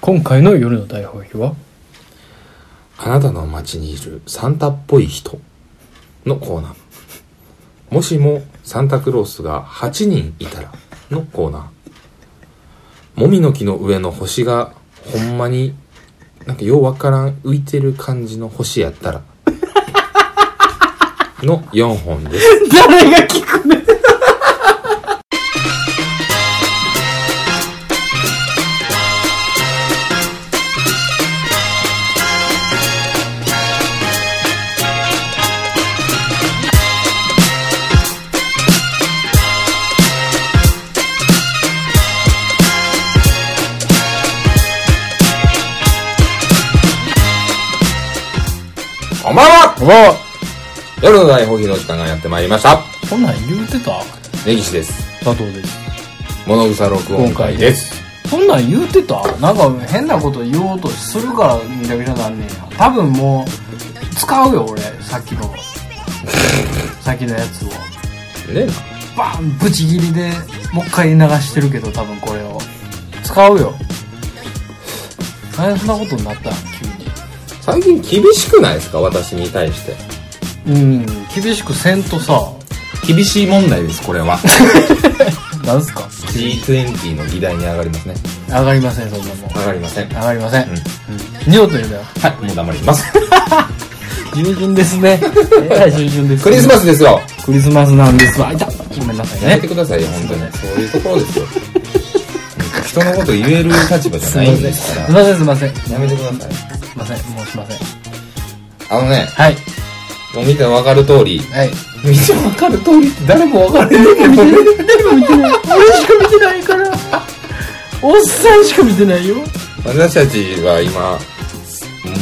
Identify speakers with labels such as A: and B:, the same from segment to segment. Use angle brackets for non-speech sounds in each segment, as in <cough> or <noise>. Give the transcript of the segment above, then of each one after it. A: 今回の夜の大放棄は
B: あなたの街にいるサンタっぽい人のコーナー。もしもサンタクロースが8人いたらのコーナー。もみの木の上の星がほんまになんかようわからん浮いてる感じの星やったらの4本です。
A: 誰が聞くね
B: こんばんは
A: わ
B: 夜の大放棄の時間がやってまいりました。
A: そんなん言うてた
B: 根岸です。
A: 佐藤です
B: 物草録音会です。
A: そんなん言うてたなんか変なこと言おうとするからめちゃめちゃなんねんや多分もう使うよ俺さっき <laughs> のさっきのやつを
B: ね
A: バーンブチ切りでもう一回流してるけど多分これを使うよなんでそんなことになったん
B: 最近厳しくないですか私に対して。
A: 急にうん厳しくせんとさ
B: 厳しい問題です、これは。
A: なんすか
B: G20 の議題に上がりますね。
A: 上がりませんそんなもん
B: 上がりません。は
A: 上がりません、
B: うん
A: 二度と言うなよ
B: い、もう黙ります。
A: 従順です <laughs> ねえらい従順です
B: <laughs> クリスマスですよ
A: スクリスマスなんですわあいたごめんなさい
B: やめ
A: ね
B: てくださいよ、本当に。そういうところ <laughs> ですよ。人のこと言える立場じゃないんですか
A: すいませんすいません
B: ら。やめてください。
A: すいませんもうしません
B: あのね、
A: はい
B: もう見てわかる通り。
A: はい
B: 見てわかる通りって誰もわかるよ。
A: 誰も見てない俺しか見てないからおっさんしか見てないよ
B: 私たちは今、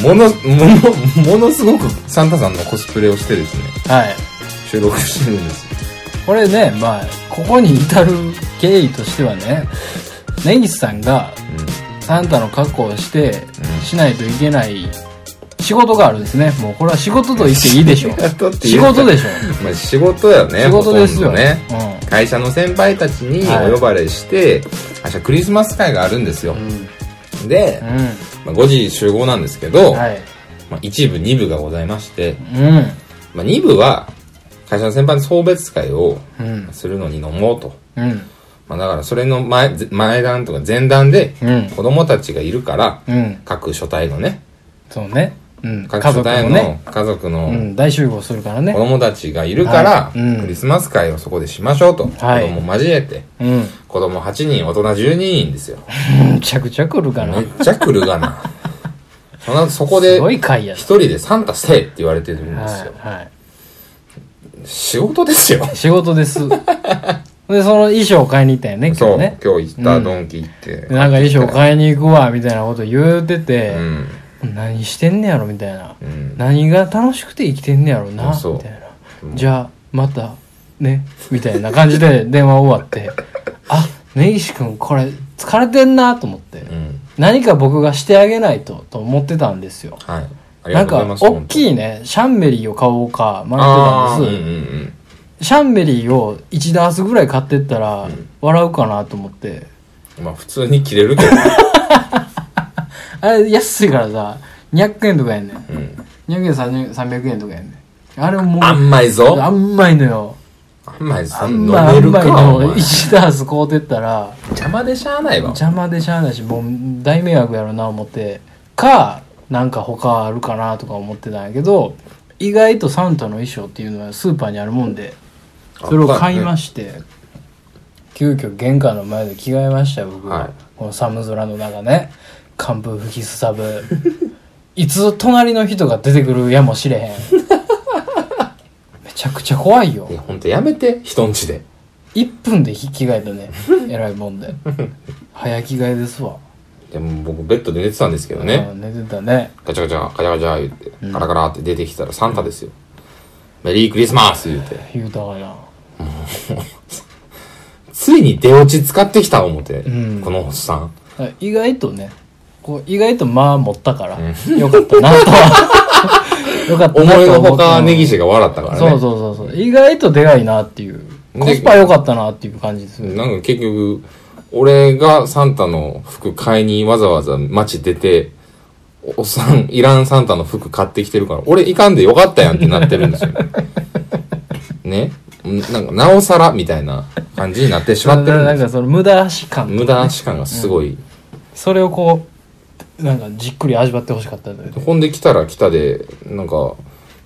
B: もの、もの、ものすごくサンタさんのコスプレをしてですね、
A: はい
B: 収録してるんですよ。
A: これねまあここに至る経緯としてはね根岸さんがサンタの格好をして
B: うん
A: しないといけない仕事があるんですねもうこれは仕事と言 <laughs> っていいでしょう
B: だって
A: 仕
B: 言う
A: 事でしょ
B: まあ仕事よね。
A: 仕事です
B: ほ
A: よ
B: とんどね。
A: うん
B: 会社の先輩たちにお呼ばれして、明日クリスマス会があるんですよ
A: う。ん
B: で、
A: う
B: まあ、5時集合なんですけど、
A: んはい
B: まあ、1部2部がございまして、
A: う
B: まあ、2部は会社の先輩の送別会を
A: んうん
B: するのに飲もうと。
A: うん
B: まあ、だからそれの前前段とか前段で
A: うん
B: 子供たちがいるから、
A: うん
B: 各所帯のね、
A: そうねうん家
B: 各所
A: 族
B: 帯
A: も
B: の
A: ね
B: 家族の
A: うん大集合するからね
B: 子供たちがいるから、
A: はいうん
B: クリスマス会をそこでしましょうと。
A: はい
B: 子供も交えて、
A: うん
B: 子供8人、大人12人ですよ。
A: むちゃくちゃ来るから
B: めっちゃ来るがな。 <laughs> そのそこです
A: ご、い会や
B: 一人でサンタせえって言われてるんですよ。
A: はいはい
B: 仕事ですよ。
A: 仕事
B: <laughs>
A: です。で、その衣装買いに行ったよね、今
B: そ
A: 日
B: う、
A: ね。
B: 今日行ったドンキ行って。
A: でなんか衣装買いに行くわ、みたいなこと言うてて
B: う、ん。
A: 何してんねやろ、みたいな。
B: うん。
A: 何が楽しくて生きてんねやろな、
B: そう
A: みたいな。じゃあ、また、ね、みたいな感じで <laughs> 電話終わって、あ、根岸くん、これ、疲れてんな、と思って。
B: うん。
A: 何か僕がしてあげないと、と思ってたんですよ。
B: はい。あり
A: な
B: が
A: ん
B: とうござい
A: か
B: ま、
A: 大
B: す。
A: きいね、シャンメリーを買おうか、迷ってた
B: あ
A: ん
B: ー
A: で
B: う
A: す。
B: んうん
A: シャンメリーを1ダースぐらい買ってったら笑うかなと思って、
B: うん。まあ普通に切れる
A: <laughs>
B: けど。
A: あれ安いからさ200円とかやんねん
B: うん。
A: 200円30 300円とかやんねんあれもう
B: あんまいぞ。
A: あんまいのよ
B: あんまいぞ。
A: あ
B: 飲
A: ん
B: め
A: まあん
B: る
A: まい
B: か。お
A: の
B: 前
A: 1ダース買うてったら
B: 邪魔でしゃあないわ。
A: 邪魔でしゃあないしもう大迷惑やろな思ってかなんか他あるかなとか思ってたんやけど意外とサンタの衣装っていうのはスーパーにあるもんでそれを買いまして、急遽玄関の前で着替えましたよ僕、
B: はい
A: この寒空の中ね寒風吹きすさぶ <laughs> いつ隣の人が出てくるやもしれへんめちゃくちゃ怖いよ
B: いや、ほんとやめて、人んちで。
A: 1分で着替えた
B: <laughs>
A: ねえらいもんで早着替えですわ、
B: でも僕ベッドで寝てたんですけどね。
A: うん寝てたね
B: ガチャガチャ、ガチャガチャ言って、ガラガラって出てきたらサンタですよ。メリークリスマス言って。
A: 言うたかな
B: ついに出落ち使ってきた思って、
A: ん
B: このおっさん。
A: 意外とねこう意外とまあ持ったから、よかったなとは
B: <laughs>
A: よかった
B: 思
A: なと
B: い
A: は
B: の
A: 思
B: ほ
A: った
B: か、ネギシが笑ったからね。
A: そうそうそうそう意外とでかいなっていう
B: で
A: コスパ良かったなっていう感じですよ
B: なんか結局、俺がサンタの服買いにわざわざ街出て、おっさん、いらんサンタの服買ってきてるから、俺いかんでよかったやんってなってる
A: <laughs>
B: んですよ。ね。んなんか、なおさらみたいな感じになってしまってるん
A: なん
B: ですよ
A: か。その無駄足感とかね
B: 無駄足感がすごい。
A: それをこうなんかじっくり味わってほしかったんだよね
B: ほんで来たら来たで、なんか、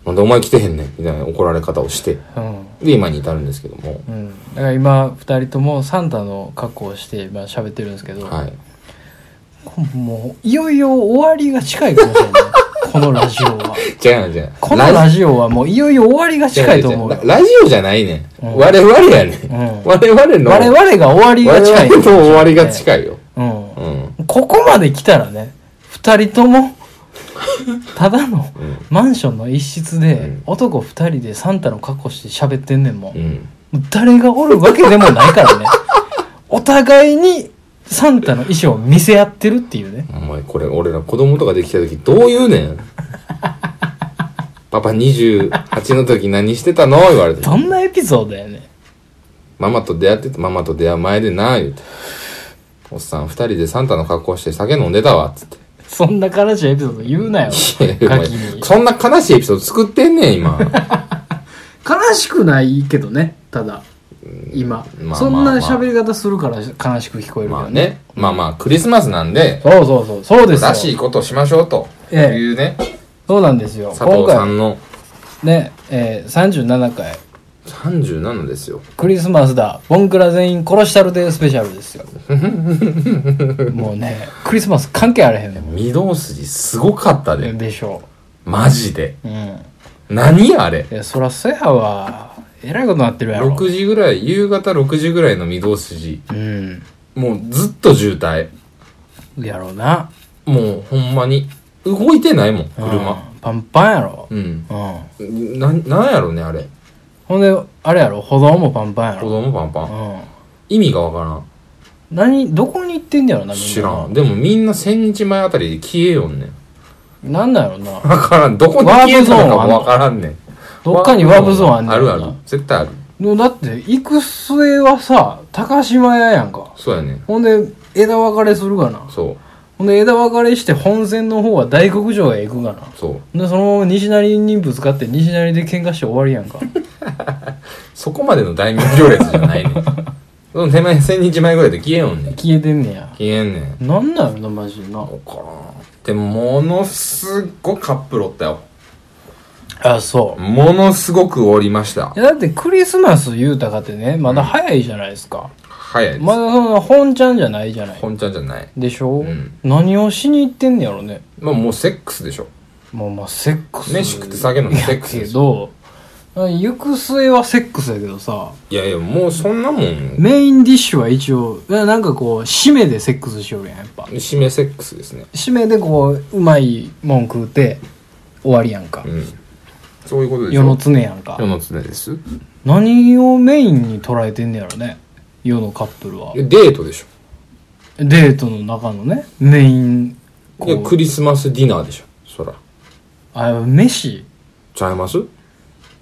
B: なんでお前来てへんねんみたいな怒られ方をして、
A: うん
B: で、今に至るんですけども。
A: うん、だから今2人ともサンタの格好をして今喋ってるんですけど、
B: はい。
A: もういよいよ終わりが近いかもしれないこのラジオは
B: 違う違う。
A: このラジオはもういよいよ終わりが近いと思う
B: ラ
A: よ
B: ラジオじゃないね、
A: うん
B: ん。我々やね、
A: うん
B: ん。我々の。
A: 我々が終わりが近い
B: 我々の終わりが近いよ。
A: うん、
B: うん。
A: ここまで来たらね2人ともただの
B: うん。
A: マンションの一室で、
B: うん
A: 男2人でサンタの格好して喋ってんねんもん
B: うん。
A: 誰がおるわけでもないからね <laughs> お互いにサンタの衣装を見せ合ってるっていうね
B: お前、これ、俺ら子供とかできた時どう言うねん。パパ28の時何してたの言われて。
A: どんなエピソードやね
B: ママと出会ってて、ママと出会う前でな、言うて。おっさん二人でサンタの格好して酒飲んでたわ、つって。
A: そんな悲しいエピソード言うなよ
B: お
A: ガ
B: 前
A: キに
B: そんな悲しいエピソード作ってんねん、
A: <laughs>
B: 今。
A: 悲しくないけどねただ今、
B: まあ
A: そん
B: まあ
A: な
B: まあ
A: 喋り方するから悲しく聞こえるけ
B: ま
A: ど
B: あ
A: ね,、
B: ね。まあまあ、クリスマスなんで、
A: そうそうそうそうです
B: らしい
A: よ
B: ことをしましょうと
A: ええ
B: いうね、
A: そうなんですよ
B: 佐
A: 今
B: 藤さ
A: 回
B: んの
A: ね、えー、37回
B: 37ですよ。
A: クリスマスだボンクラ全員殺したるでスペシャルです
B: <laughs>
A: よもうねクリスマス関係あれへんねん
B: 御堂筋すごかったで。
A: でしょ
B: マジで。
A: う。うん。
B: 何あれ
A: いや、そらそやわ。えらいことなってるやろ。
B: 6時ぐらい夕方6時ぐらいの御堂筋
A: うん。
B: もうずっと渋滞
A: やろうな。
B: もうほんまに動いてないもん車
A: うん。パンパンやろ。
B: うん
A: うん。
B: ななんやろねあれ
A: ほんで、あれやろ、歩道もパンパンや
B: 子
A: ろ。
B: 供パンパン
A: うん。
B: 意味がわから
A: 何、どこに行ってんねやろな、
B: ん
A: みんな。
B: 知らんでもみんな1000日前あたりで消えよんねん
A: なんだろうな。
B: わからんどこに消えたのかもわからんねん
A: どっかにワープゾーンあんねん
B: ある
A: な
B: ある絶対ある
A: のだって、行く末はさ、高島屋やんか。
B: そうやねん
A: ほんで、枝分かれするかな。
B: そう
A: ほんで、枝分かれして本線の方は大黒城へ行くかな。
B: そう
A: ほんで、そのまま西成にぶつかって西成で喧嘩して終わりやんか。
B: そこまでの大名行列じゃない
A: <laughs>
B: ねんその手前1000日前ぐらいで消えよんねん
A: 消えてんねや
B: 消えんねん
A: なんなんやろなマジでな
B: わからんでものすっごいカップルおったよ
A: あそ
B: ものすごくおりました
A: いやだってクリスマス言うたかってねまだ早いじゃないですか、
B: 早いです、
A: まだそんな本ちゃんじゃないじゃない
B: 本ちゃんじゃない
A: でしょ、
B: うん
A: 何をしに行ってんねやろね
B: まあもうセックスでしょ
A: まあまあセックス
B: 飯食って酒飲んでセックス
A: や
B: で
A: け
B: しょ
A: ど行く末はセックスやけどさ
B: いやいやもうそんなもん
A: メインディッシュは一応いやなんかこう締めでセックスしよるやんやっぱ
B: 締めセックスですね
A: 締めでこううまいもん食うて終わりやんか
B: うんそういうことでし
A: 世の
B: ょ
A: 常やんか
B: 世の常です
A: 何をメインに捉えてんねやろね世のカップルは
B: デートでし
A: デートの中のねメイン
B: ょいやクリスマスディナーでしょそら
A: あ飯
B: ちゃいます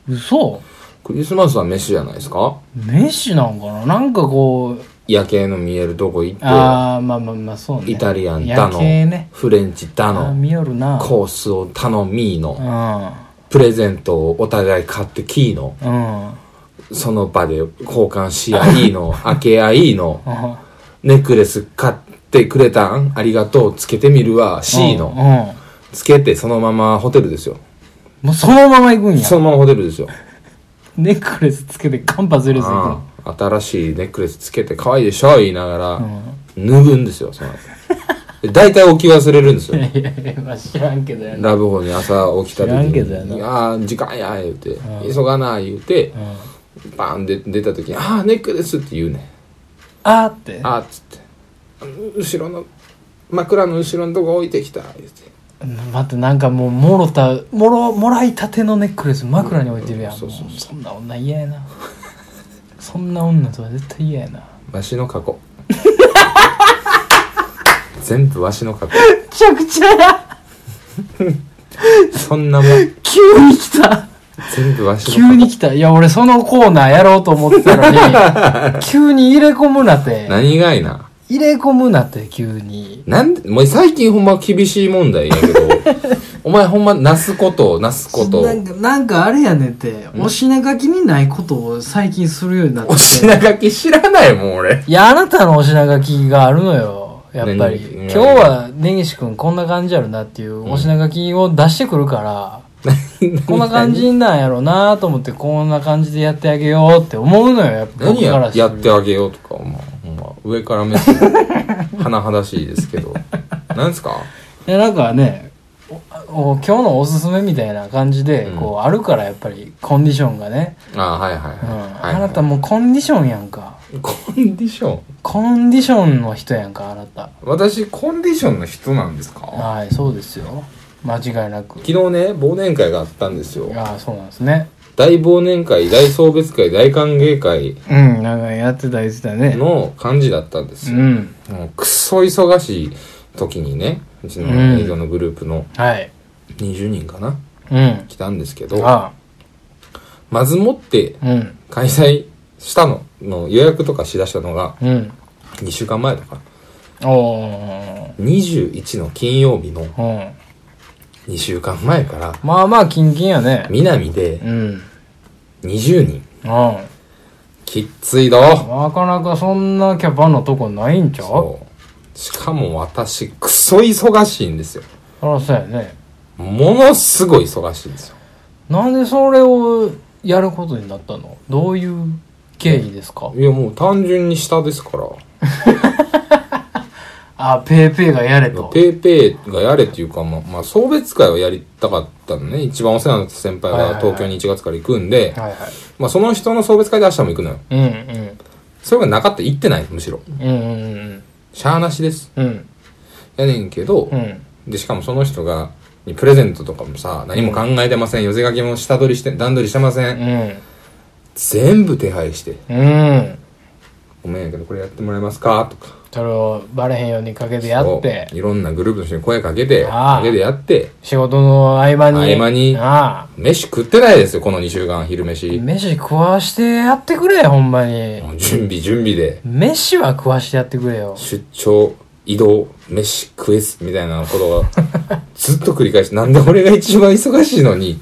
A: 嘘
B: クリスマスは飯じゃないですか
A: 飯なんかななんかこう
B: 夜景の見えるとこ行っ
A: ああまあまあまあそう
B: て
A: ね
B: イタリアンだ
A: 夜
B: の、
A: 景ね
B: フレンチだ
A: あー
B: の
A: 見よるな
B: コースを頼みーの、
A: う
B: プレゼントをお互い買ってきいの、
A: んうん
B: その場で交換し合いの、開け合いの、ネックレス買ってくれたんありがとう、つけてみるわ、
A: う
B: C
A: ん
B: の。
A: うん
B: つけてそのままホテルですよ。
A: もうそのまま行くんや
B: そのままホテルですよ。
A: ネックレスつけて間髪入れず行くの
B: うん新しいネックレスつけて可愛いでしょ言いながら
A: ん、
B: 脱ぐんですよ、その後。で大体起き忘れるんですよ。
A: いやいや <laughs> まあ知らんけどやな
B: ラブホに朝起きた時
A: 知らんけどやな
B: に、ああ、時間や、言うて、急がな、言うて、バーンで出た時に、ああ、ネックレスって言うねん。
A: あーって
B: あっつってあの後ろの枕の後ろのとこ置いてきた言って
A: 待ってなんかもうもろたもろもらいたてのネックレス枕に置いてるやん、
B: うんそうそうそう
A: もそんな女嫌やなそんな女とは絶対嫌やな
B: わしの
A: <laughs>
B: 過去全部わしの過去
A: めちゃくちゃや
B: そんなもん
A: <laughs> 急に来た
B: 全部わしの過
A: 急
B: 去
A: に来たいや
B: <laughs>
A: 俺そのコーナーやろうと思ってたのに急に入れ込むなって
B: 何がいな
A: 入れ込むなって急に
B: なんで、もう最近ほんま厳しい問題や
A: <laughs>
B: けど、お前ほんまなすこと、なすこと
A: な、んかなんかあれやねんって、お品書きにないことを最近するようになって
B: お品書き知らないもん俺。
A: いやあなたのお品書きがあるのよやっぱり今
B: 何
A: 日は根岸君こんな感じやろなっていうお品書きを出してくるから、こんな感じなんやろなと思ってこんな感じでやってあげようって思うのよやっぱ
B: 何
A: 僕か
B: や
A: らす
B: や
A: る
B: ってあげようとか、まあ、ほんま上から目
A: <laughs>
B: 線、甚だしいですけど。なんですか
A: いやなんかねおお今日のおすすめみたいな感じで、
B: うん
A: こうあるからやっぱりコンディションがね、
B: あはいはいはい。
A: うん
B: はいはい
A: あなたもうコンディションやんか
B: コンディション
A: コンディションの人やんかあなた
B: 私、コンディションの人なんですか
A: はいそうですよ間違いなく
B: 昨日ね、忘年会があったんですよ。
A: ああそうなんですね
B: 大忘年会、大送別会、大歓迎会
A: うんなんかやってた言ってたね
B: の感じだったんです
A: う
B: よ。
A: ん
B: もうくそ忙しい時にね、うちの営業のグループの
A: はい
B: 20人かな
A: うん
B: 来たんですけど、
A: あ
B: まずもって
A: あうん
B: 開催したの、の予約とかしだしたのが
A: うん
B: 2週間前とか、
A: おお
B: 21の金曜日の
A: うん
B: 2週間前から、
A: まあまあキンキンやね
B: 南で
A: うん
B: 20人。
A: うん
B: きっついど
A: なかなかそんなキャパのとこないんちゃう
B: そう。しかも私、くそ忙しいんですよ。
A: そりゃそうやね
B: ものすごい忙しいんですよ。
A: なんでそれをやることになったのどういう経緯ですか、
B: いやもう単純に下ですから。
A: あペーペーがやれと
B: ペイペイがやれっていうか、まあ、まあ、送別会をやりたかったのね。一番お世話になった先輩
A: はいはい
B: が
A: はい
B: 東京に1月から行くんで、
A: はいはい
B: まあ、その人の送別会で明日も行くのよ。
A: うん
B: それがなかった、行ってない、むしろ。
A: うんうんうん
B: しゃーなしです。
A: うんうん
B: やねんけど、
A: うん
B: で、しかもその人が、にプレゼントとかもさ、何も考えてません。寄せ書きも下取りして、段取りしてません。全部手配して、
A: うんうん
B: ごめんやけどこれやってもらえますかとか。
A: それをバレへんようにかけてやって
B: そういろんなグループの人に声かけて、
A: ああ
B: かけてやって、
A: 仕事の合間に
B: 合間に
A: ああ
B: 飯食ってないですよ、この2週間、昼飯。
A: 飯食わしてやってくれほんまに
B: もう準備、準備で、
A: 飯は食わしてやってくれよ
B: 出張、移動、飯食えす、みたいな
A: <laughs>
B: ことが、ずっと繰り返して、なんで俺が一番忙しいのに、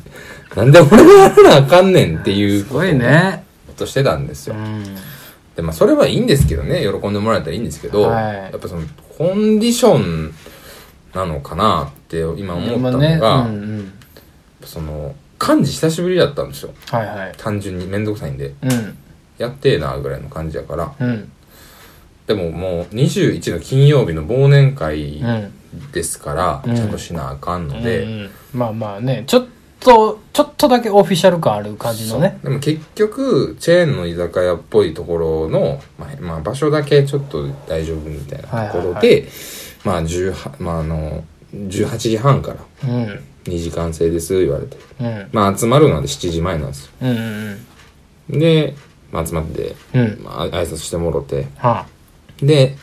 B: なんで俺がやらなあかんねんっていう
A: すごいね
B: ことしてたんです
A: う
B: よ。
A: ん
B: で、まあ、それはいいんですけどね、喜んでもらえたらいいんですけど、
A: はい
B: やっぱその、コンディションなのかなって今思ったのが、
A: ねうんうん
B: その漢字久しぶりだったんですよ
A: はいはい
B: 単純に面倒くさいんで
A: うん
B: やってえなぐらいの感じやから
A: うん
B: でももう21の金曜日の忘年会
A: うん
B: ですから、
A: うん
B: ちゃんとしなあかんので、
A: うんうんまあまあねちょっとちょっとだけオフィシャル感ある感じのね
B: でも結局チェーンの居酒屋っぽいところの、まあまあ、場所だけちょっと大丈夫みたいなところ
A: はいは
B: で、まあ18まああの18時半から
A: うん
B: 2時間制です言われて
A: うん
B: まあ集まるので7時前なんですよ
A: うんうん
B: で、まあ、集まって、
A: うんうん
B: まあ、挨拶してもろて
A: は
B: で、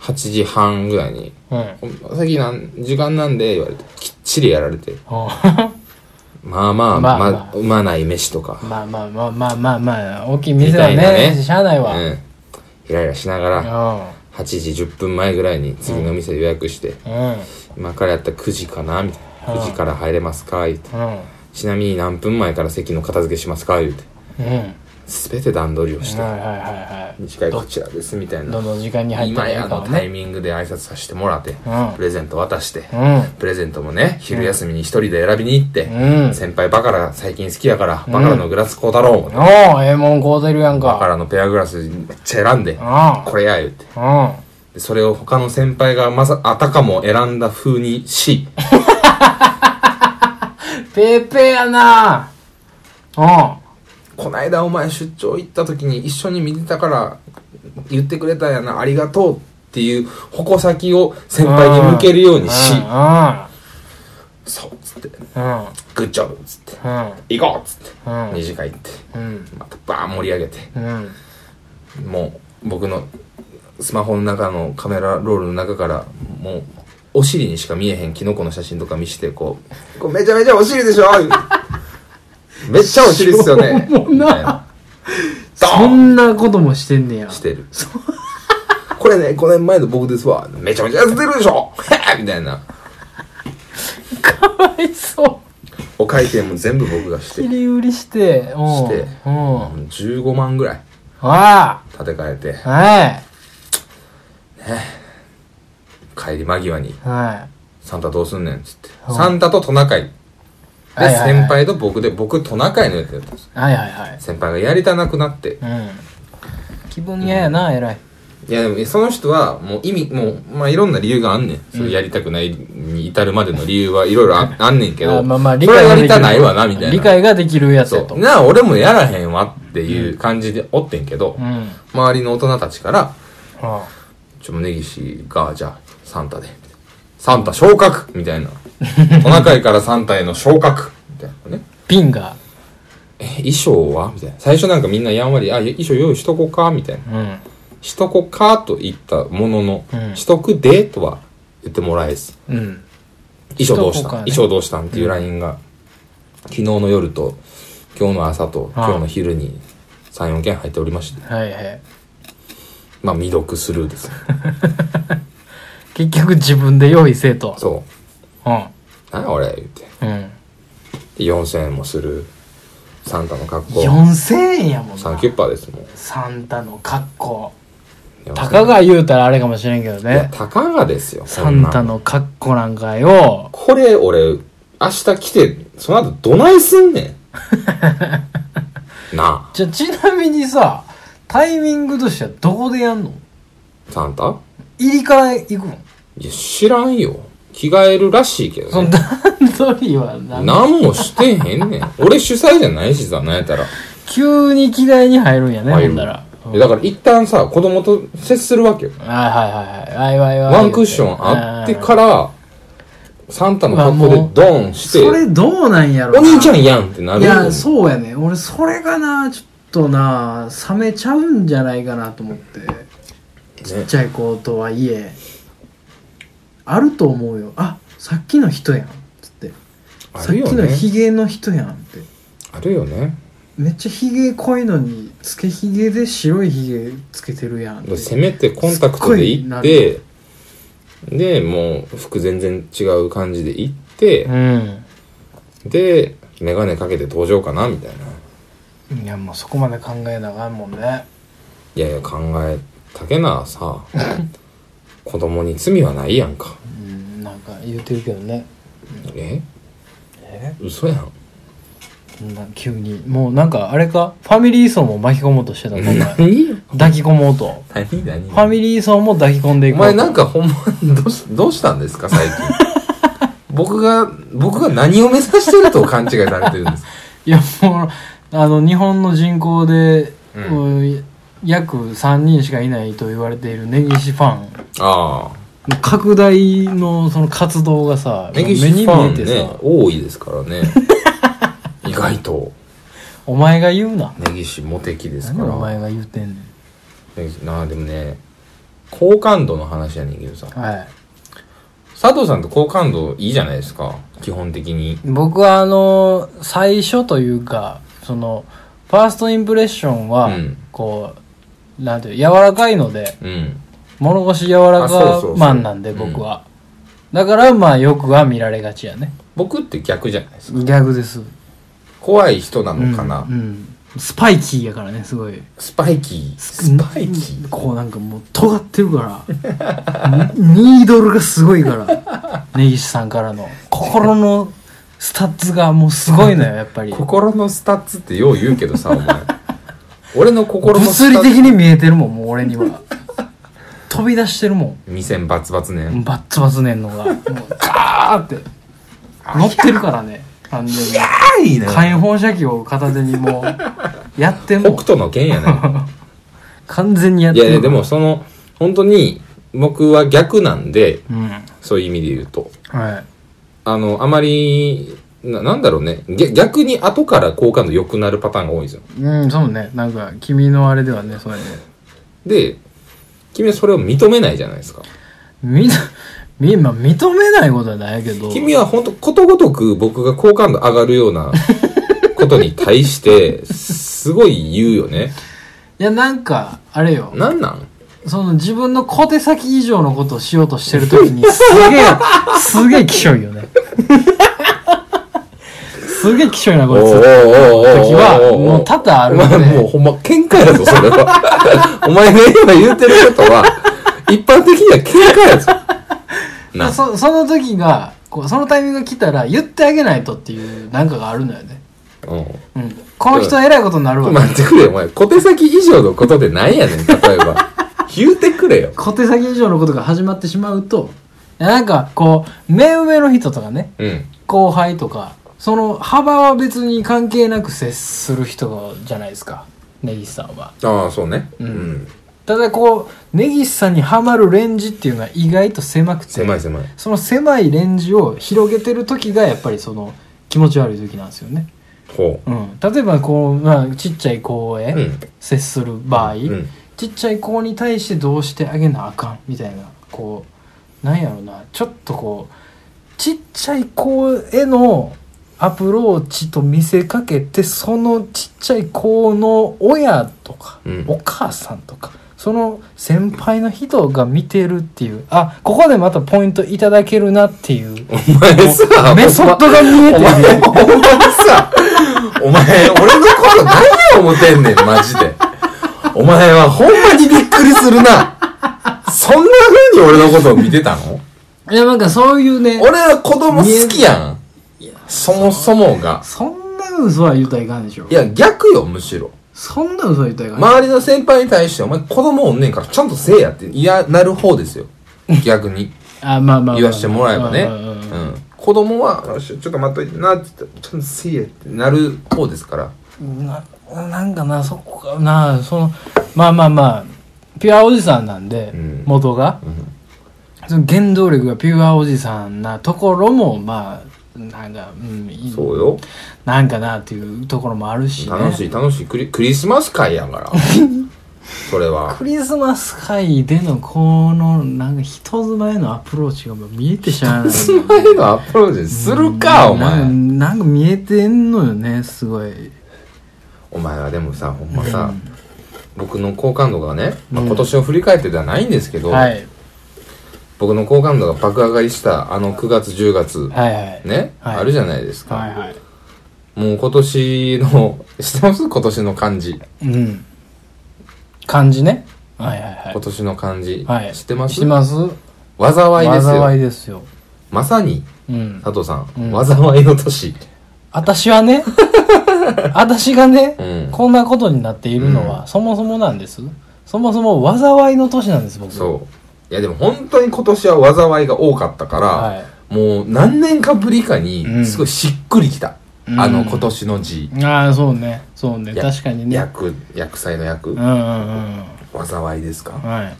B: 8時半ぐらいに、
A: あ
B: <laughs>
A: うん
B: 先なん、時間なんで、言われて、きっちりやられて、
A: あ
B: まあま
A: ま
B: あ、ま
A: あ
B: あ、
A: まあ
B: うまない飯とか、
A: まあまあまあまあまあまあ大きい店だ
B: みたい
A: ね
B: なね
A: しゃあないわう
B: う
A: ん
B: ん。イライラしながら、8時10分前ぐらいに次の店予約して、
A: うん
B: 今からやったら9時かな、みたいな。9時から入れますか、言って。
A: うん
B: ちなみに何分前から席の片付けしますか、言うて。
A: うん
B: すべて段取りをし
A: はい
B: て、
A: はいはいはい
B: 次回こちらです、みたい
A: ど
B: な。
A: の時間に入った
B: 今
A: らいいか
B: やの
A: は
B: タイ
A: ね
B: ミングで挨拶させてもらって、
A: うん
B: プレゼント渡して、
A: うん
B: プレゼントもね、昼休みに一人で選びに行って、
A: うん
B: 先輩バカラ最近好きやから、バカラのグラスこうだろう。
A: おおええもん買うてるやん
B: バカ
A: か
B: ラのペアグラスめっちゃ選んで、
A: う
B: これや言うて。
A: んうん
B: でそれを他の先輩がまさ、あたかも選んだ風にし、
A: ペーペーやなう
B: こないだお前出張行った時に一緒に見てたから言ってくれたんやな、ありがとうっていう矛先を先
A: ん
B: 輩に向けるようにし
A: う、ん
B: そうっつって、
A: うん
B: グッジョブっつって、
A: うん
B: 行こうっつって、
A: うん
B: 二次会行って、
A: うん
B: またバーン盛り上げて、
A: うん
B: もう僕のスマホの中のカメラロールの中からもうお尻にしか見えへんキノコの写真とか見してこう「これめちゃめちゃお尻でしょ! 」めっちゃお尻っすよ <laughs> ね
A: しょうもな
B: みたいなド
A: そ
B: ーン
A: んなこともしてんねや
B: してるここれね、5年前の僕ですわ。めちゃめちゃ痩せてるでしょ <laughs> へえみたいな。
A: かわい <laughs> そう
B: お会計も全部僕がし
A: 切
B: て、して、
A: り売りしてうんうんあ
B: 15万ぐらい
A: あ
B: 立て替えて、
A: は
B: 帰り間際に、
A: いは
B: サンタどうすんねんっつって。
A: うん
B: サンタとトナカイ。
A: はい
B: で、
A: はいはい
B: 先輩と僕で、僕トナカイのやつやったんです。
A: いはいはいはい
B: 先輩がやりたなくなって。
A: うん気分嫌やな偉い
B: いや、でもその人はもう意味、もう、まあいろんな理由があんねん。それやりたくないに至るまでの理由はいろいろああんねんけ
A: あ
B: ど、
A: まあまあ
B: そ
A: 理
B: れは
A: 解が
B: や
A: できる
B: りたないわな、みたいな。
A: 理解ができるやつや
B: そ
A: と
B: う。なあ、俺もやらへんわっていう感じでおってんけど、
A: うん
B: 周りの大人たちから、
A: あ
B: ちょ、もう根岸が、じゃあ、サンタで。サンタ昇格み
A: <laughs>
B: たいな。トナカイからサンタへの昇格みたいなね。
A: ピンが
B: え、衣装はみたいな。最初なんかみんなやんわり、あ、衣装用意しとこうかみたいな。
A: うん
B: しとこうかと言ったものの、
A: うん
B: しとくでとは言ってもらえず。
A: うん
B: 衣装どうし
A: しとこ
B: た
A: うか
B: ん
A: ね
B: 衣装どうしたんっていう LINE が、昨日の夜と、今日の朝と、
A: あ
B: 今日の昼に3、4件入っておりまして、
A: はいはい
B: まあ、未読スルー
A: <laughs>
B: です。
A: 結局自分で用意せえと
B: そうう。なんや俺、言って。
A: んうん
B: で4000円もする、サンタの格好。
A: 4000円やもん
B: サン
A: な
B: キュッパーですもん。
A: サンタの格好
B: いや
A: たかが言うたらあれかもしれんけど
B: いや
A: ね
B: たかがですよ。
A: サンタ
B: こんなん。
A: の格好なんかよ
B: これ、俺、明日来て、その後どないすんね
A: <laughs>
B: ん。な
A: じゃちなみにさタイミングとしてはどこでやんの
B: あ、サンタ
A: 入りから行く <laughs> の
B: いや、知らんよ。着替えるらしいけ
A: その
B: どね。
A: 段取りは何
B: 何もしてへんねん。俺主催じゃないしさ、なん
A: <laughs>
B: やったら。
A: 急に着替えに入るんやね
B: 入
A: ほ
B: る
A: んだらうん
B: えだから一旦さ、子供と接するわけよ。
A: はいはいはいはいはいはいはい
B: ワンクッションあってから、サンタの格好でドーンして、
A: それどうなんやろ
B: お兄ちゃ
A: ん
B: んやんってなる
A: い
B: よ
A: やそうやね俺それがなちょっとな冷めちゃうんじゃないかなと思ってちっちゃい子とはいえあると思うよあさっきの人やんつって
B: あ
A: さっ
B: る
A: き
B: よ
A: の
B: ね。
A: ヒゲの人やんって
B: あるよね。
A: めっちゃヒゲ濃いのにつけヒゲで白いヒゲつけてるやんって
B: せめてコンタクトで行って、で、もう服全然違う感じで行って
A: う、ん
B: で、メガネかけて登場かなみたいな。
A: いやもうそこまで考えなあかんもんね
B: いやいや考えたけなさ
A: <laughs>
B: 子供に罪はないやんか
A: うんなんか言うてるけどね
B: え
A: え
B: 嘘やん
A: な急にもうなんかあれかファミリー層も巻き込もうとしてたのお前抱
B: <laughs> 何
A: き込もうと
B: 何何
A: ファミリー層も抱き込んでい
B: お
A: く
B: 前なんかほんまどうしどうしたんですか最近 <laughs> 僕が僕が何を目指してると勘違いされてるんですか
A: いやもうあの日本の人口で、
B: う
A: うん約3人しかいないと言われている根岸ファン
B: <laughs> ああ
A: の拡大のその活動がさ
B: 根岸
A: 目に
B: フ
A: 見
B: ァ
A: え
B: ン
A: て
B: ね
A: さ
B: 多いですから <laughs> ね意外と
A: お前が言うな
B: 根岸モテキです
A: 何
B: か
A: お
B: ら
A: 前が言うてんねん
B: 根岸なあでもね好感度の話やねんけどさ
A: はい
B: 佐藤さんと好感度いいじゃないですか基本的に
A: 僕はあの最初というかそのファーストインプレッションは、
B: うん
A: こうなんていう柔らかいので
B: うん
A: 物腰柔ら
B: あそうそう
A: か
B: そう
A: マンなんで
B: うん
A: 僕は、だからまあよくは見られがちやね
B: 僕って逆じゃないですか
A: 逆です
B: 怖い人なのかな、
A: うんうんスパイキーやからねすごい
B: スパイキースパイキー、
A: うんこうなんかもう尖ってるから <laughs> ニニードルがすごいから根岸さんからの心のスタッツがもうすごい <laughs> のよやっぱり
B: 心のスタッツってよう言うけどさお前俺の心のス
A: 物
B: タ
A: 理
B: ッツ
A: 的に見えてるもんもう俺には飛び出してるも
B: 2000バツバツね
A: んバッツバツねんのがもうガーって乗ってるからね完全に
B: あいいね
A: 火炎放射器を片手にもうやって
B: 北
A: もう
B: 斗の剣やね
A: 完全にやっ
B: い
A: て
B: や
A: る
B: いやでもその本当に僕は逆なんで
A: うん
B: そういう意味で言うと
A: はい
B: あのあまりななんだろうねげ逆に後から好感度良くなるパターンが多いんですよ
A: うんそうねなんか君のあれではねそうやね
B: で君はそれを認めないじゃないですか
A: みみ、まあ、認めないことはないけど
B: 君は本当ことごとく僕が好感度上がるようなことに対してすごい言うよね
A: いやなんかあれよ
B: なんなん
A: その自分の小手先以上のことをしようとしてるときに、すげえ、すげえきしょいよ
B: <laughs>
A: ね。すげえきしょいな、こいつ。時は、もう多々あ
B: お
A: るの
B: 前もう
A: で、
B: ほんま喧嘩やぞ、それは。お前が今言うてることは、一般的には喧嘩やぞ。な、
A: そその時が、こうそのタイミングが来たら言ってあげないとっていうなんかがあるのよね。
B: う
A: うん。この人は偉いことになるわ
B: ん。。待ってくれよ、お前。小手先以上のことでなんやねん、例えば。言うてくれよ。
A: 小手先以上のことが始まってしまうと、いやなんかこう、目上の人とかね、
B: うん。
A: 後輩とか、その幅は別に関係なく接する人じゃないですか。根岸さんは。
B: ああ、そうね。
A: う
B: うんん。
A: ただこう、根岸さんにはまるレンジっていうのは意外と狭くて、
B: 狭い狭い。
A: その狭いレンジを広げてる時がやっぱりその気持ち悪い時なんですよね。
B: ほ
A: うん。例えばこう、まあ、ちっちゃい子
B: う。う
A: へ
B: ん。
A: 接する場合、
B: うん。
A: ちっちゃい子に対してどうしてあげなあかんみたいなこうなんやろなちょっとこうちっちゃい子へのアプローチと見せかけてそのちっちゃい子の親とか、
B: うん
A: お母さんとかその先輩の人が見てるっていうあここでまたポイントいただけるなっていう
B: お前さ、
A: メソッドが見え
B: <laughs>
A: てる
B: お前、ほんまにさ、お前、俺のこと何や思てんねん、マジで。お前はほんまにびっくりするな。そんな風に俺のことを見てたの
A: いやなんかそういうね
B: 俺は子供好きやん。そもそもが。
A: そんな嘘は言うたらいかんでしょ
B: いや、逆よ、むしろ。
A: そんな嘘は言うたらいかん
B: 周りの先輩に対して、お前子供おんねんから、ちゃんとせえやって、いや、なる方ですよ。逆に。
A: あまあまあまあ
B: 言わしてもらえばね。
A: う
B: うん
A: うんうん
B: ん。子供は、よしちょっと待っといてな、って言って、ちゃんとせえやってなる方ですから。
A: ななんかなそこかなそのまあまあまあピュアおじさんなんで、
B: うん
A: 元が
B: うん
A: その原動力がピュアおじさんなところもまあなんか、うん、いい
B: そうよ。
A: なんかなっていうところもあるし、ね、
B: 楽しい楽しいクリクリスマス会や
A: <laughs>
B: んから。それは
A: ク。リスマス会でのこのなんか人妻へのアプローチがもう見えてしゃあない
B: スマイのアプローチするか、お
A: な
B: 前。
A: んなんか見えてんのよねすごい
B: お前はでもさ、ほんまさ、僕の好感度がね、まあ、今年を振り返ってではないんですけど、
A: はい
B: 僕の好感度が爆上がりしたあの9月10月、
A: はいはい
B: ね、
A: はい
B: あるじゃないですか。
A: はいはい
B: もう今年の、 <laughs> 知ってます今年の漢字。
A: うん。漢字ね。はいはいはい
B: 今。年の漢字。
A: はい、
B: 知ってます
A: 知ってます
B: 災いです
A: 災い
B: よ。
A: ですよ。
B: まさに、
A: うん。
B: 佐藤さん、
A: うん
B: 災いの年。
A: 私は
B: <laughs>
A: ね、私がね、
B: うん
A: こんなことになっているのは、
B: う
A: そもそもなんです。そもそも災いの年なんです、僕。
B: そう。いやでも本当に今年は災いが多かったから、
A: は
B: もう何年かぶりか
A: うん
B: に、すごいしっくりきた。
A: うん
B: あの今年の字。
A: い。ああ、そうね。そうね。
B: や
A: 確かにね。
B: 薬、薬剤の薬
A: うんう、んうん。
B: 災いですか。
A: はい。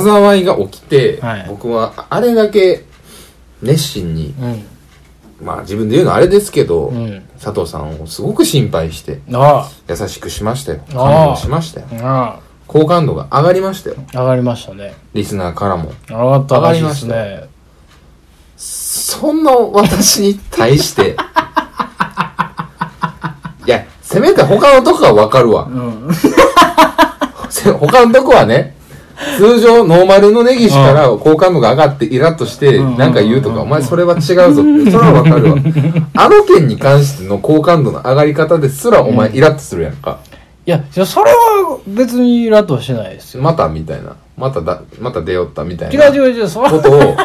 B: 災いが起きて、
A: はい
B: 僕はあれだけ熱心に、
A: うん。
B: まあ自分で言うのはあれですけど、
A: うん。
B: 佐藤さんをすごく心配して、
A: あ
B: 優しくしましたよ。
A: ああ
B: 感動しましたよ
A: あ。。あ
B: 好感度が上がりましたよ。
A: あ。上がりましたね。
B: リスナーからも。
A: 上がったらしいです
B: 上が
A: ね。
B: そんな私に対して。いや、せめて他のとこはわかるわ
A: う。ん。
B: せ他のとこはね、通常ノーマルのネギシから好感度が上がってイラッとして
A: うん
B: なんか言うと
A: うん
B: か、お前それは違う
A: <laughs>
B: ぞって、それはわかるわ。あの件に関しての好感度の上がり方ですらお前イラッとするやんか。
A: いや、いやそれは別にイラッとはしてないですよ。
B: またみたいな。まただ、また出よったみたい
A: 違
B: な
A: う違う違う、それは
B: ことを、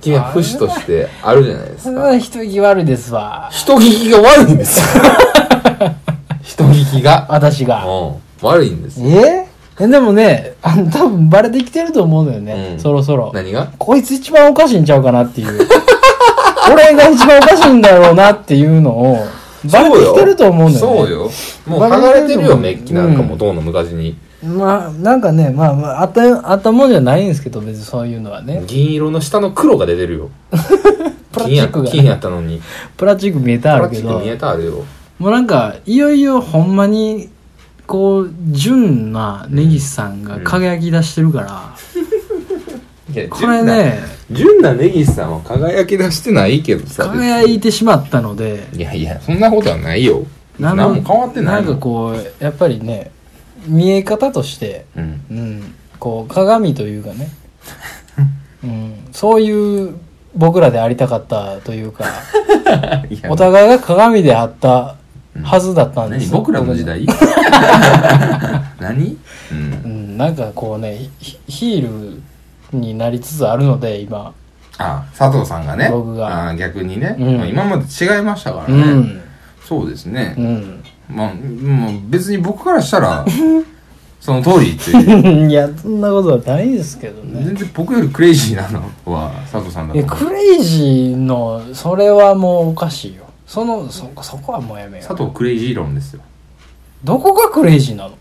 B: 君は不死としてあるじゃないです
A: それ
B: か
A: は。人気悪いですわ。
B: 人聞きが悪いん <laughs> ですよ。人聞きが。
A: 私が。
B: うん。悪いんですよ。
A: ええでもね、あの、多分バレてきてると思うのよね。
B: うん
A: そろそろ。
B: 何が
A: こいつ一番おかしいんちゃうかなって
B: <laughs>
A: いう。俺が一番おかしいんだろうなっていうのを、バレてきてると思うのよ、ね。
B: そうよ。もう
A: バ
B: 剥が
A: レ
B: れ
A: て
B: て
A: る
B: る
A: と思う
B: よ、メッキなんかも、どうの昔に。
A: まあ、なんかね、まあ、まあ、あった、あったもんじゃないんですけど、別にそういうのはね。
B: 銀色の下の黒が出てるよ。
A: プラス
B: 金
A: チ
B: や、
A: ックが
B: 金やったのに。
A: プラスチック見えた
B: プ
A: ある
B: ラ
A: け
B: チ
A: ど
B: ック見、えたあるよ。
A: もうなんか、いよいよほんまに、こう、純な根岸さんが輝き出してるから、
B: いや
A: これ。ね、
B: 純なネギさんは輝き出してないけどさ。別に
A: 輝いてしまったので
B: いやいや、そんなことはないよ。
A: なの
B: 何も変わってない
A: んか
B: の。
A: こうやっぱりね見え方として、
B: うん
A: うん、こう鏡というか
B: <laughs>
A: ね、うん、そういう僕らでありたかったというか
B: いや
A: お互いが鏡であったはずだったんで
B: 何
A: す、
B: 僕らの時代 <laughs> 何、
A: う
B: うん
A: ん、なんかこうねヒヒールになりつつあるので今、
B: あ佐藤さんがね
A: 僕が
B: あー逆にね、
A: うん
B: 今まで違いましたから
A: う
B: ね、
A: ん
B: そうですね
A: う、ん
B: まあもう別に僕からし
A: <laughs>
B: たらその通りっていう
A: いやそんな <laughs> ことはないですけどね
B: 全然僕よりクレイジーなのは佐藤さんだ
A: い
B: と
A: や
B: 思う
A: クレイジーのそれはもうおかしいよそのそそこはもうやめよ
B: 佐
A: う
B: 藤クレイジー論ですよ
A: どこがクレイジーなの
B: い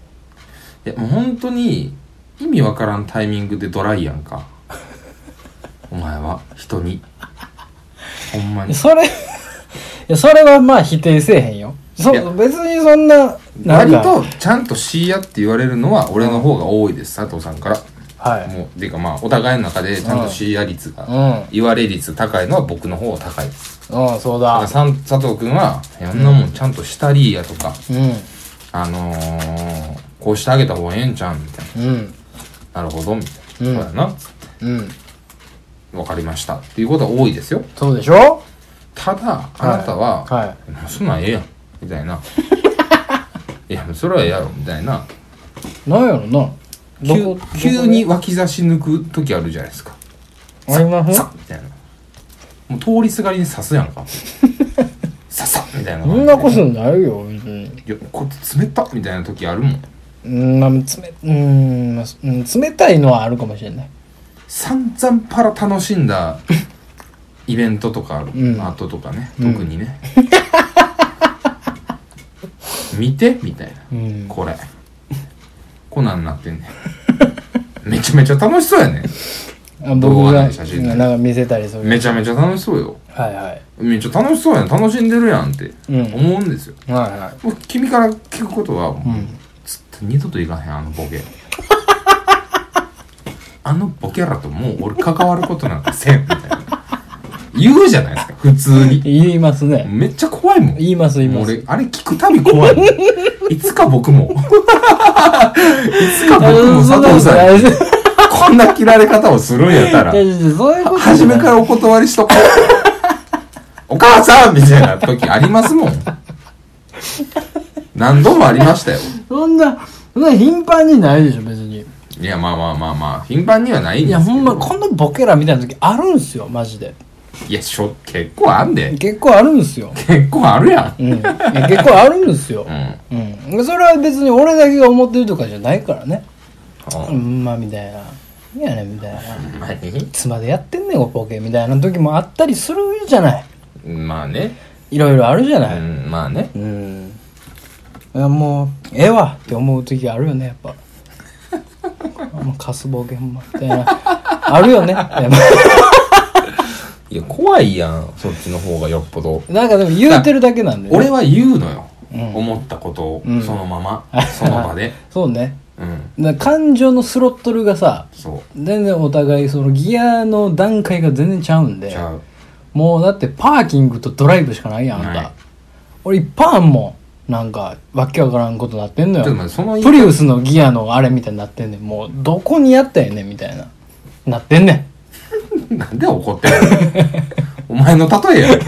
B: やもう本当に意味わからんタイミングでドライやん
A: <laughs>
B: かお前は人にほんま
A: いや
B: に
A: それ <laughs> いやそれはまあ否定せえへんよそ
B: いや
A: 別にそんななん
B: 割
A: か
B: とちゃんと「しや」って言われるのは俺の方が多いです佐藤さんから
A: はい
B: もうっていうかまあお互いの中でちゃんと「しや」率が
A: う
B: 言われ率高いのは僕の方が高いです
A: んうんそう
B: だから
A: だ
B: さん佐藤君は「いやそんなもんちゃんとしたりや」とか
A: う
B: 「あのー、こうしてあげた方がええんちゃうん」みたい
A: んうん
B: な「なるほど」みた
A: うん
B: いな「そうやな」っつって
A: うん
B: 「分かりました」っていうことは多いですよ
A: そうでしょ
B: ただあなたは「
A: はい
B: もうそんなんええやん」みた
A: <laughs>
B: いな「いやもうそれはええやろ」みたいな
A: なんやろなど
B: 急
A: こ
B: 急に脇差し抜く時あるじゃないですか
A: ありません
B: さみたいなもう通りすがりに刺すや
A: <laughs>
B: んかささみたいな
A: そ
B: 感じ
A: ん
B: で
A: なことないよ別に
B: いやこいつ冷たみたいな時あるもん
A: うんまあつめうんまあうん冷たいのはあるかもしれない
B: 散々パラ楽し
A: <laughs>
B: んだイベントとかある、
A: うん
B: 後とかね特に
A: <laughs>
B: ね、見てみたいな、
A: うん
B: これこんなんなってんねんめちゃめちゃ楽しそうやね
A: あ
B: 動
A: 僕
B: 画
A: が
B: の写真ね
A: なんか見せたりす
B: んめ
A: る
B: ちゃめちゃ楽しそうよ
A: はいはい
B: めっちゃ楽しそうやん楽しんでるやんって
A: うん
B: 思うんですよ、
A: はいはい
B: もう君から聞くことは、
A: ん
B: つって二度といかへんあのボケ <laughs> あのボケらともう俺関わることなんかせんみたいな言うじゃないですか普通に
A: 言いますね
B: めっちゃ怖いもん
A: 言います言い
B: もう
A: ます
B: 俺あれ聞くたび怖いもんいつか
A: <laughs>
B: 僕もいつか僕も佐藤さんに
A: ん
B: こんな切られ方をするんやったら
A: いやいやいやそういうことじゃない
B: 初めからお断りしとこう <laughs> お母さんみたいな時ありますもん何度もありましたよ
A: そんなそんな頻繁にないでしょ別に
B: いやまあまあまあまあ頻繁にはないん
A: い
B: です
A: や
B: け
A: ほ
B: ど
A: んまこんなボケらみたいな時あるんすよマジで
B: いやしょ結構あんで
A: 結構あるんすよ、
B: 結構あるや
A: うん、いや結構あるんですよ
B: ん、う、ん、
A: うんそれは別に俺だけが思ってるとかじゃないからねう
B: ほ
A: んまみたいな「いやね」みたいな「い
B: んまに
A: つまでやってんねんこボケ」みたいな時もあったりするじゃない
B: まあね、
A: いろいろあるじゃ
B: う
A: ない、
B: ん、まあね
A: うんいやもうええわって思う時あるよねやっぱ <laughs> もうカスボケほんまみたいな <laughs> あるよねやっ
B: いや怖いやんそっちの方がよっぽど
A: ぱなんかでも言うてるだけなんで、ね、
B: 俺は言うのよ、
A: うん
B: 思ったことを
A: うん
B: そのまま、
A: <laughs>
B: その場で
A: そうね
B: うん
A: だから感情のスロットルがさ
B: そ
A: 全然お互いそのギアの段階が全然ちゃうん
B: う
A: で
B: ちゃう
A: もうだってパーキングとドライブしかないやんあん
B: ない
A: た俺いっぱいあんもんなんかわけわからんことなってんの
B: ちょ
A: よ
B: っと待ってその言い
A: プリウスのギアのあれみたいになってんねんもうどこにやったよねんみたいななってんねん
B: なんで怒ってんのお前の例えやん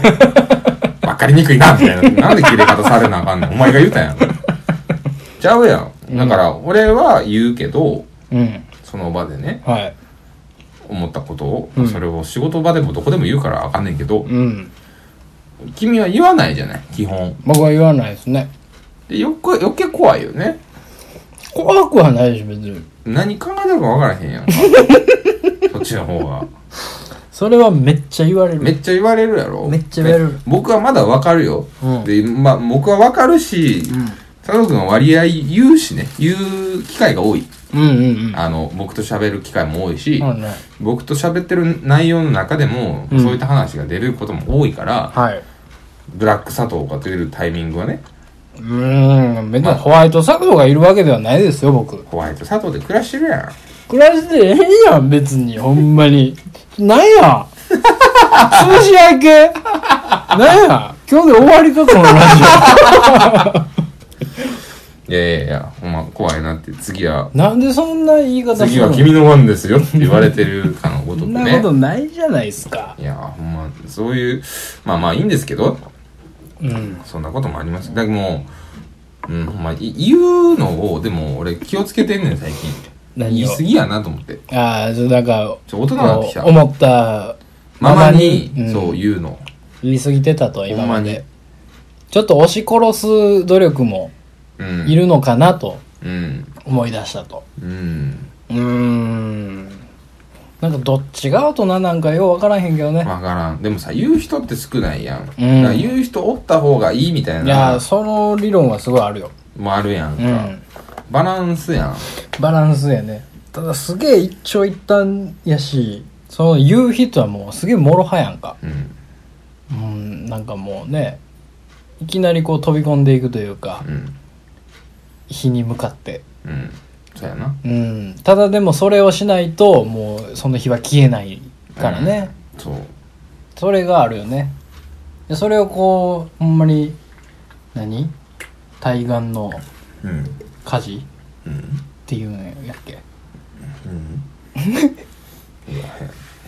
B: わかりにくいな、みたいな。なんで切れ方されなあかんねん。お前が言うたやん。ちゃうやん。だから、俺は言うけど、
A: うん
B: その場でね、
A: はい
B: 思ったことを、
A: うん
B: それを仕事場でもどこでも言うからあかんねんけど、
A: うん
B: 君は言わないじゃない、基本。
A: 僕は言わないですね
B: で、よく、余計怖いよね。
A: 怖くはないでしょ別に
B: 何考えてるかわからへんや
A: <laughs>
B: んか。そっちの方が。
A: それはめっちゃ言われ
B: め
A: る
B: っちゃ言われるやろ
A: めっちゃ言われる
B: で僕はまだわかるよ、
A: うん
B: で、まあ、僕はわかるし、佐藤君は割合言うしね言う機会が多い、
A: うんうんうん
B: あの僕と喋る機会も多いし、
A: そうね
B: 僕と喋ってる内容の中でも、
A: うん
B: そういった話が出ることも多いから
A: はい
B: ブラック佐藤が出るタイミングはね
A: うーん別にホワイト佐藤がいるわけではないですよ僕
B: ホワイト佐藤で暮らしてるやん
A: 暮らしてええやん別にほんまになんや <laughs> 通し明けなんや今日で終わりかこのラジ
B: いいやいやいや、ほんま怖いなって、次は、
A: なんでそんな言い方するの
B: 次は君の番ですよって言われてるかのごと
A: <laughs> そ
B: く
A: ん
B: ね。
A: なことないじゃないですか
B: いや、ほんま、そういう、まあまあいいんですけど、
A: うん
B: そんなこともあります。だけどもう、うん、ほんま、い言うのを、でも俺気をつけてんねん、最近。言
A: 何
B: い
A: を
B: 過ぎやなと思って。
A: ああなんか
B: ちょ、大人になってきた
A: こう。思った
B: ママに、
A: うん
B: そう言うの。
A: 言い過ぎてたと今ま
B: ほんまに
A: でちょっと押し殺す努力も
B: うん。
A: いるのかなと
B: うん。
A: 思い出したと
B: うん。
A: うーんなんかどっちが大人なんかよう分からへんけどね
B: わからん。でもさ、言う人って少ないやん。だか
A: うん
B: ら言う人おった方がいいみたい
A: いや
B: な
A: ー、その理論はすごいあるよ
B: もあるやん
A: う
B: か。
A: ん
B: バランスやん。
A: バランスやねただすげえ一長一短やしその言う人はもうすげえもろはやんか
B: うん。
A: うんなんかもうねいきなりこう飛び込んでいくというか
B: うん。
A: 日に向かって
B: うん。そうやな。
A: うんただでもそれをしないともうその日は消えないからね、
B: そう。
A: それがあるよねでそれをこうほんまに何対岸の
B: うん。
A: 火事っ
B: うん。
A: ていうんやっけ
B: うん。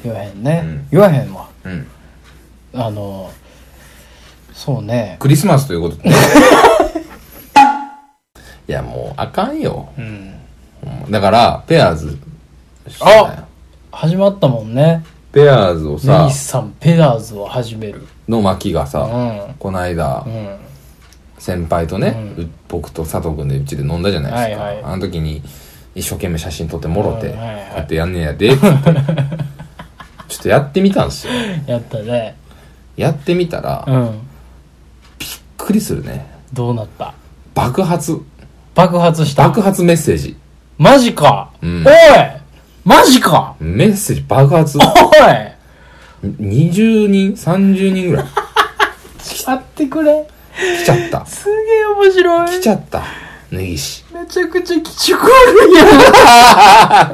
A: 言わへんね、
B: うん
A: 言わへんわ
B: うん。
A: あのそうね
B: クリスマスということ
A: <laughs>
B: でいや、もう、あかんよ。
A: うん
B: ほんまだから、ペアーズ。
A: あ始まったもんね
B: ペアーズをさ
A: ネイ、さんペダーズを始める
B: の巻が
A: う
B: さ、
A: ん
B: こないだ
A: う、ん
B: 先輩とね、
A: う
B: う僕と佐藤君でうちで飲んだじゃないですか。
A: はいはい
B: あの時に、一生懸命写真撮ってもろて、
A: うんはいはい
B: こうやってやんねやで、って
A: <laughs>
B: 言ってちょっとやってみたんですよ。
A: やったね
B: やってみたら、
A: う
B: びっ
A: ん
B: くりするね。
A: どうなった
B: 爆発、
A: 爆発した
B: 爆発メッセージ。
A: マジか、
B: うん
A: おいマジか
B: メッセージ爆発。
A: おい
B: 20人、30人ぐらい
A: 待ってくれ
B: 来ちゃった。
A: すげえ面白い
B: 来ちゃった。根岸。
A: めちゃくちゃ鬼畜あ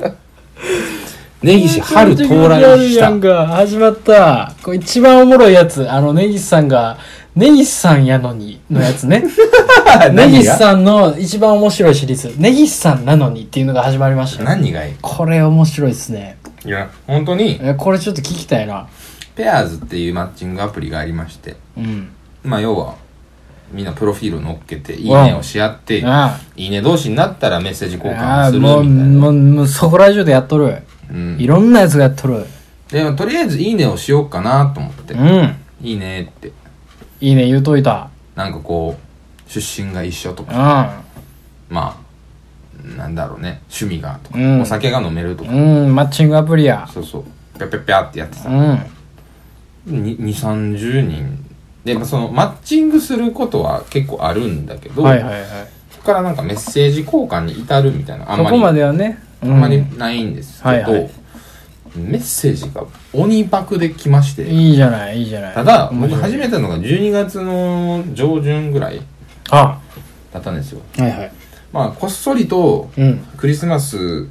B: 根
A: るやん
B: 岸春到来した。
A: んか始まったこれ一番おもろいやつあの根岸さんが根岸さんやのにのやつね根
B: <laughs> 何
A: 岸
B: が
A: さんの一番面白いシリーズ根岸さんなのにっていうのが始まりましたよ
B: 何がいい
A: これ面白いですね
B: いや、本当に、
A: えこれちょっと聞きたいな
B: ペアーズっていうマッチングアプリがありまして、
A: うん
B: まあ要は、みんなプロフィールを乗っけて、いいねをし合って、
A: あ
B: いいね同士になったらメッセージ
A: あ
B: 交
A: あ
B: 換
A: あ
B: するみ
A: もう
B: たいな。
A: もうもうそこら中でやっとる
B: うん
A: いろんなやつがやっとる
B: でもとりあえずいいねをしようかなと思って
A: う、ん
B: いいねって、
A: いいね言うといた
B: なんかこう、出身が一緒と
A: う
B: か、
A: ん
B: まあ、なんだろうね、趣味がとか、
A: うん
B: お酒が飲めるとか、
A: うん、マッチングアプリや。
B: そうそう、ぴゃぴゃぴゃってやってた。
A: うん。
B: に2 3 0人で、まあ、そのマッチングすることは結構あるんだけど、
A: はいはいはい。
B: そこからなんかメッセージ交換に至るみたいなあん
A: そ
B: ま
A: こ
B: り
A: まではね。
B: あ
A: あ
B: んまりないんですけど、
A: はいはい
B: メッセージが鬼爆できまして
A: いいじゃない、いいじゃない。
B: ただ
A: 面
B: 僕
A: 白い
B: 始めたのが12月の上旬ぐらい
A: あ、
B: だったんですよ
A: はいはい。
B: まあこっそりと
A: うん。
B: クリスマス <laughs>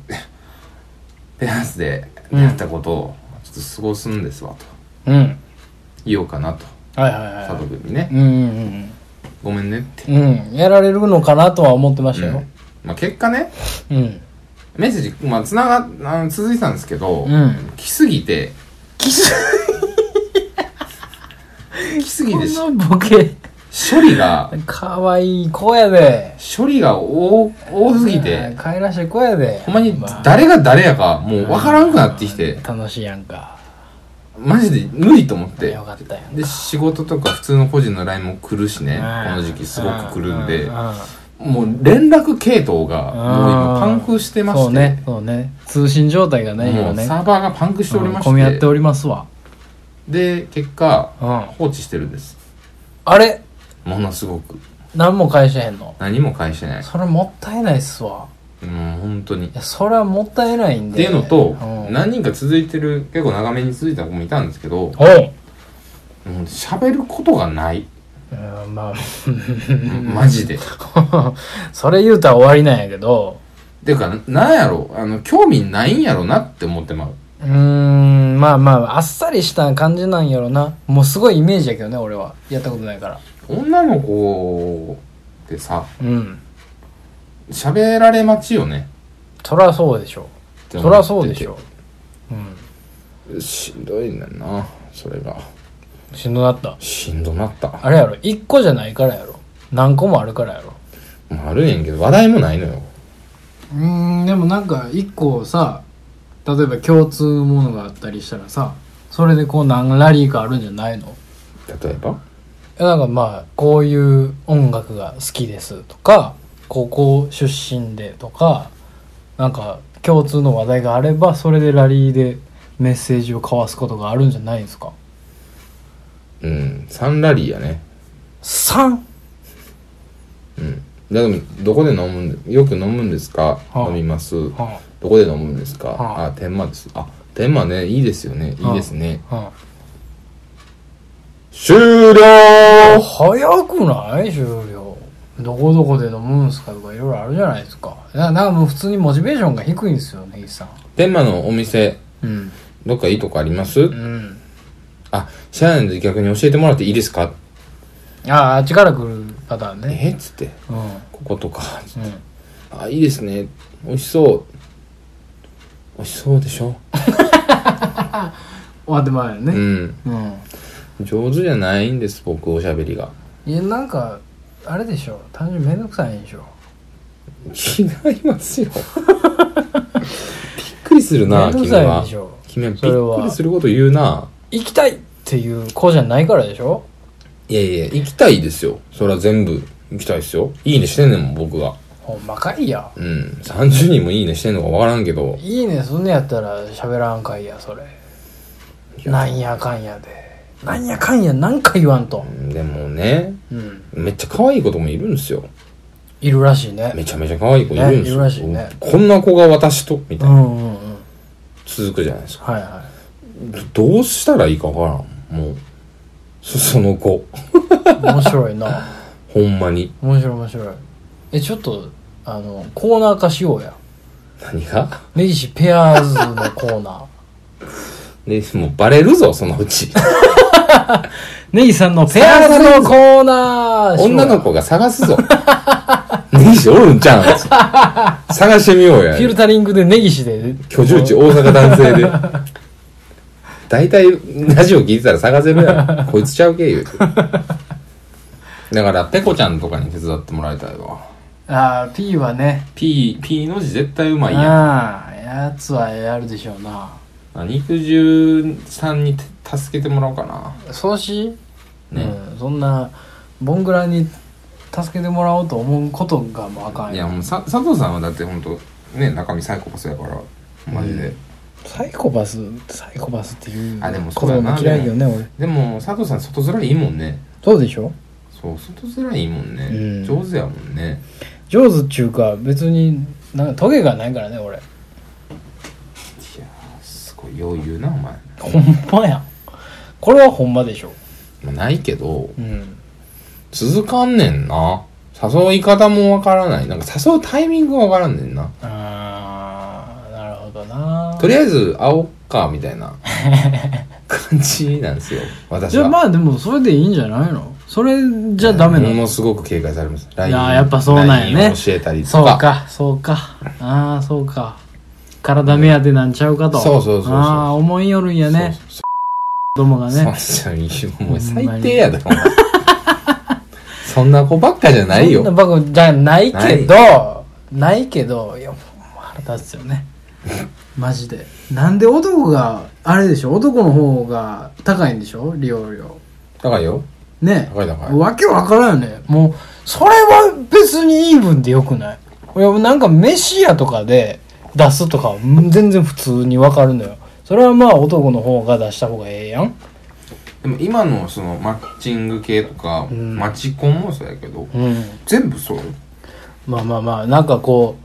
B: ペアースで出会ったことをちょっと過ごすんですわと
A: うん。
B: 言おうかなと
A: はいはい
B: 佐
A: は
B: 藤君にね
A: い。うんうん
B: ごめんねって、
A: うん。うん。やられるのかなとは思ってました
B: う
A: よ
B: ん。まあ、結果ね
A: うん。
B: メッセージ、まあ、つながあの続いてたんですけど、
A: うん。
B: 来すぎて、
A: キス、
B: 来すぎ
A: こ
B: て、し
A: のボケ。
B: 処理が、
A: かわいい子やで。
B: 処理が多、多すぎて、
A: 可愛らしい子やで。
B: ほんまに
A: まあ
B: 誰が誰やか、もう分からんくなってきて、
A: 楽しいやんか。
B: マジで無理と思って
A: よ。かったやん。
B: で、仕事とか普通の個人の LINE も来るしね、こ
A: うん
B: の時期すごく来るんで
A: う、ううん
B: もう連絡系統が、もう今
A: あー
B: パンクしてまして、
A: そうねそうね通信状態がね
B: も
A: 今
B: う
A: ね
B: サーバーがパンクしておりま
A: うん混み合っ
B: して
A: おりますわ、
B: で、結果、
A: うん、
B: 放置してるんです。
A: あれ
B: ものすごく。
A: 何も返せへんの
B: 何も返してない。
A: それもったいないっすわ
B: もう本当に
A: い。やそれはもったいないん
B: っ
A: で
B: ていうのと、
A: うん
B: 何人か続いてる結構長めに続いた子もいたんですけども
A: おう
B: う喋ることがない
A: うんま
B: マジで
A: あ <laughs> それ言うたら終わりなんやけど
B: ていうかなんやろあの興味ないんやろなって思ってまう
A: うーんまあまああっさりした感じなんやろなもうすごいイメージやけどね俺はやったことないから
B: 女の子ってさ
A: うん
B: 喋られ待ちよね
A: そりゃそうでしょ
B: って思
A: そりゃそうでしょう
B: うしんどいねんなそれが
A: んしんどなった
B: しんどなった
A: あれやろ一個じゃないからやろ何個もあるからやろ
B: まああるんやけど話題もないのよ
A: うーんでもなんか一個さ例えば共通のものがあったりしたらさそれでこう何ラリーかあるんじゃないの
B: 例えば
A: えなんかまあこういう音楽が好きですとか高校出身でとかなんか共通の話題があればそれでラリーでメッセージを交わすことがあるんじゃないですか
B: うんサンラリーやね
A: 3!
B: うんでもどこで飲むんでよく飲むんですか、
A: はあ
B: 飲みます
A: は
B: どこで飲むんですか、
A: はあ
B: あ天満ですあ天満ねいいですよねいいですね、
A: あ、うん、
B: 終了
A: 早くない終了どこどこで飲むんすかとかいろいろあるじゃないですかななんかもう普通にモチベーションが低いんですよねイさん
B: 天満のお店
A: うん
B: どっかいいとこあります、
A: うん
B: あ知らないので逆に教えてもらっていいですか
A: あああっちから来るパターンね
B: えっつって
A: うんう
B: こことかつって
A: ん
B: あいいですね美味しそう美味しそうでしょ
A: 終わってまうよ
B: う
A: ね
B: ん
A: うん
B: 上手じゃないんです僕おしゃべりが
A: いやなんかあれでしょ単純にめんどくさいんでしょ
B: 違いますよびっくりするな
A: めんどく
B: 君
A: さいん
B: は
A: でしょ
B: 君はび
A: それは
B: っくりすること言うな
A: 行きたいっていう子じゃないからでしょ
B: いやいや行きたいですよそれは全部行きたいですよいいねしてんねんもん僕が
A: ほんまかいや
B: うん30人もいいねしてんのかわからんけど
A: いいねそんなんやったら喋らんかいやそれなんやかんやでなんやかんやなんか言わんと
B: うんでもね
A: うん
B: めっちゃ可愛い子ともいるんですよ
A: いるらしいね
B: めちゃめちゃ可愛い子いるんで
A: ね
B: す
A: いる
B: よ、
A: らしいね
B: こんな子が私とみた
A: う
B: いなん
A: うんうん
B: 続くじゃないですか
A: はいは
B: どうしたらいいかわからんもうそその子
A: い面白いな
B: ほんまに
A: 面白い面白いえちょっとあのコーナー化しようや
B: 何が
A: 根岸ペアーズのコーナー
B: でもうバレるぞそのうち
A: 根岸さんのペアーズのコーナーしようや
B: 女の子が探すぞ <laughs> 根岸おるんちゃうん <laughs> 探してみようや
A: フィルタリングで根岸で
B: 居住地大阪男性で大体ラジオ聞いてたら探せるやろこいつちゃうけ言うてだからペコちゃんとかに手伝ってもらいたいわ
A: ああ P はね
B: P, P の字絶対うまいやん
A: ああやつはやるでしょうな
B: あ肉汁さんにて助けてもらおうかな
A: そうし、
B: ね
A: うん、そんなボングラに助けてもらおうと思うことがもうあかん
B: い
A: よ
B: やもうさ佐藤さんはだって本当ね中身サイコパスやからマジで、
A: うサイコパスサイコパスっていう
B: あでもそ
A: 子
B: うだな
A: 供嫌いよね俺
B: でも佐藤さん外面いいもんね
A: そうでしょ
B: そう外面いいもんね、
A: うん
B: 上手やもんね
A: 上手っちゅうか別になんかトゲがないからね俺
B: いやーすごい余裕なお前、
A: ほんまやんこれはほんまでしょ
B: まあないけど
A: うん
B: 続かんねんな誘い方もわからないなんか誘うタイミングがわからんねんな
A: あーなるほどな
B: とりあえず会おっかみた
A: <laughs>
B: いな感じなんですよ私
A: じゃあ
B: は
A: まあでもそれでいいんじゃないのそれじゃダメな
B: も
A: の
B: のすごく警戒されます LINE
A: やっぱそうなんやね
B: LINE を教えたりと
A: そう
B: か
A: かそうかああそうか体目当てなんちゃうかと
B: そうそうそうそう
A: ああ思いよるんやね
B: そう
A: 子供がね
B: そうそうそうもう最低やで、
A: <laughs>
B: お前そんな子ばっかじゃない
A: そんな
B: よ。
A: 僕じゃないけどないけどいやもう腹立つよ
B: <laughs>
A: ねマジでなんで男があれでしょ男の方が高いんでしょ利用料
B: 高いよ。
A: ね
B: 高い高い。
A: わけわからんよねもうそれは別にイーブンでよくないいやなんか飯屋とかで出すとかは全然普通にわかるのよそれはまあ男の方が出した方がええやん
B: でも今のそのマッチング系とか、
A: ん
B: マチコンもそうやけど、
A: うん
B: 全部そうよ。
A: まあまあまあなんかこ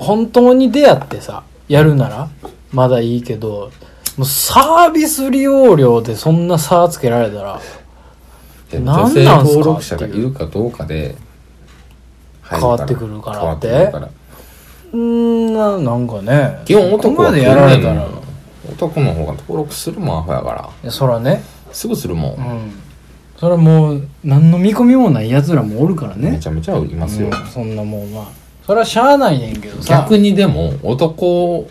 A: う本当に出会ってさやるならまだいいけどもうサービス利用料でそんな差つけられたら
B: でも
A: な
B: 女
A: ん
B: 性
A: なんすか
B: 登録者がいるかどうかで、入
A: 変わってくるから
B: 変わってくるから。
A: うんななんかね
B: 基本
A: ここ
B: 男
A: ま
B: は
A: でやられた
B: 来
A: ら
B: 年
A: い
B: も男の方が登録するもんアホやから。
A: やそらね
B: すぐするもん。
A: うんそれはもう何の見込みもないやつらもおるからね
B: めちゃめちゃいますよ。
A: うんそんなもうまあそれはしゃあないねんけどさ
B: 逆にでも男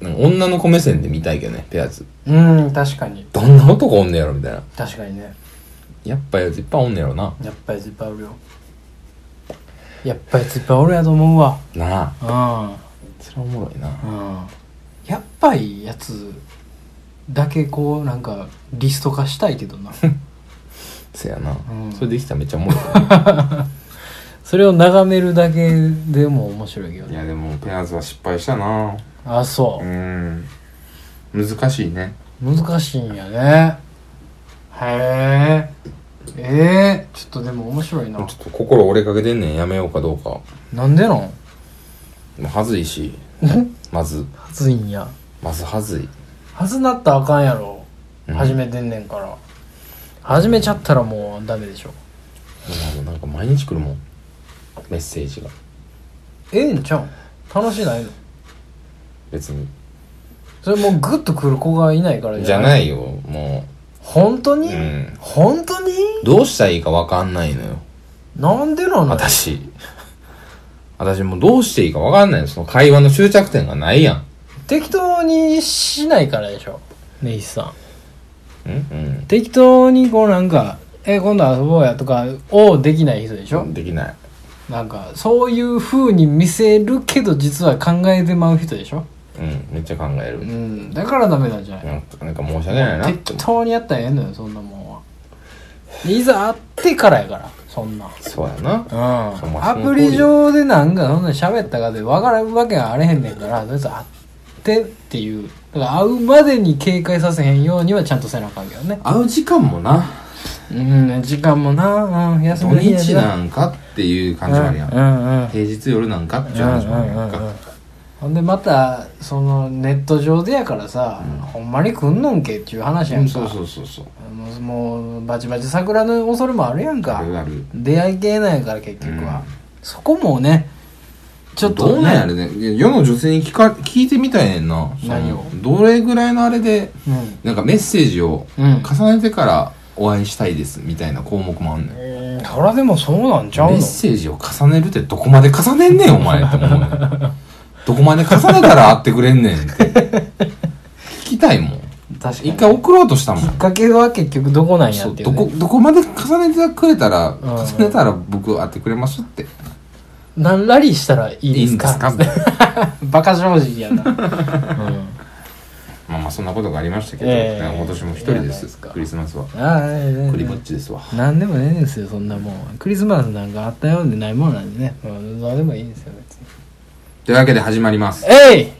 B: 女の子目線で見たいけどねペアーズ
A: うん確かに
B: どんな男おんねやろみたいな
A: 確かにね
B: やっぱやついっぱいおんねやろな
A: やっぱやついっぱいおるよやっぱやついっぱいおるやと思うわ
B: なあ
A: うん
B: それおもろいな
A: うんやっぱいやつだけこうなんかリスト化したいけどな
B: せやな、
A: ん
B: それできたらめっちゃおもろい
A: <laughs> それを眺めるだけでも面白いけど
C: い
A: ね
C: やでもペアーズは失敗したな
A: あそうう、
C: ん難しいね
A: 難しいんやねへええー、ちょっとでも面白い
B: ちょ
A: な
B: っと心折れかけてんねんやめようかどうか
A: なんでなん
B: まあはずいしまず
A: はずいんや
B: まずはずい
A: はずなったらあかんやろ、
B: うん
A: 始めてんねんから始めちゃったらもうダメでしょ
B: もうなんか毎日来るもんメッセージが
A: ええんちゃうん楽しないの
B: 別に
A: それもうグッとくる子がいないから
B: じゃないいよも
A: 本当に、
B: ううん
A: 本当に
B: どうしたらいいかわかんないのよ
A: なんでなんだ
B: 私私もうどうしていいかわかんないのその会話の終着点がないやん
A: 適当にしないからでしょ根岸さん
B: うん
A: 適当にこうなんか「え今度遊ぼうや」とかをできない人でし
B: う
A: ょ
B: んできない
A: なんかそういう風に見せるけど実は考えてまう人でしょ
B: うんめっちゃ考え
A: う
B: る
A: んだからダメなんじゃない
B: なんかなんか申し訳ないなって
A: 適当にやったらええのよそんなもんはいざ会ってからやからそんなん
B: そうやな
A: う
B: そうんまあ
A: アプリ上でなんかそんな喋ったかで分からんわけがあれへんねんからとりあえず会ってっていうだから会うまでに警戒させへんようにはちゃんとせなあかんけどね
B: 会う時間もな
A: うん時間もな、うん、休
B: 土
A: みの日や
B: 日なんかっていう感じもあるやん
A: うんうん
B: 平日夜なんかっていう話もあるやん
A: うんうんうんうん
B: か
A: ほんでまたそのネット上でやからさ、ほんまに来んのんけっていう話や
B: うんん
A: か、
B: そうそうそうそう
A: もうもうバチバチ桜の恐れもあるやんか
B: あるある
A: 出会い系なんやから結局は、
B: うん
A: そこもねちょっと、ね、
B: どうなんやろねいや世の女性に聞か聞いてみたいねんなその
A: 何を
B: どれぐらいのあれで
A: うん
B: なんかメッセージを
A: うん
B: 重ねてからお会いしたいですみたいな項目もあんねん
A: うんそらでもそうなんちゃう
B: メ
A: の
B: ッセージを重ねるってどこまで重ねんねんお前って思う
A: <laughs>
B: ねんどこまで重ねたら会ってくれんねんって聞きたいもん
A: 確かに
B: 一回送ろうとしたも
A: きっ
B: ん
A: かけは結局どこなんや
B: そ
A: っ
B: う
A: てい
B: ど
A: う、ね、
B: こどこまで重ねてくれたら
A: ん
B: 重ねたら僕会ってくれますって
A: 何ラリーしたらいい
B: いい
A: で
B: ん
A: す
B: で
A: か
B: すかって
A: バカ正直
B: <laughs>
A: やな、うん
B: まあまあそんなことがありましたけど、
A: ええ
B: 今年も一人
A: いいじゃ
B: で
A: ないです
B: す
A: か
B: クリスマスは
A: ああ、ええ
B: クリぼっちですわ
A: 何でもねえんですよそんなもんクリスマスなんかあったようでないもんなんでね、まあ、どうでもいいんですよ別に
B: というわけで始まります
A: えい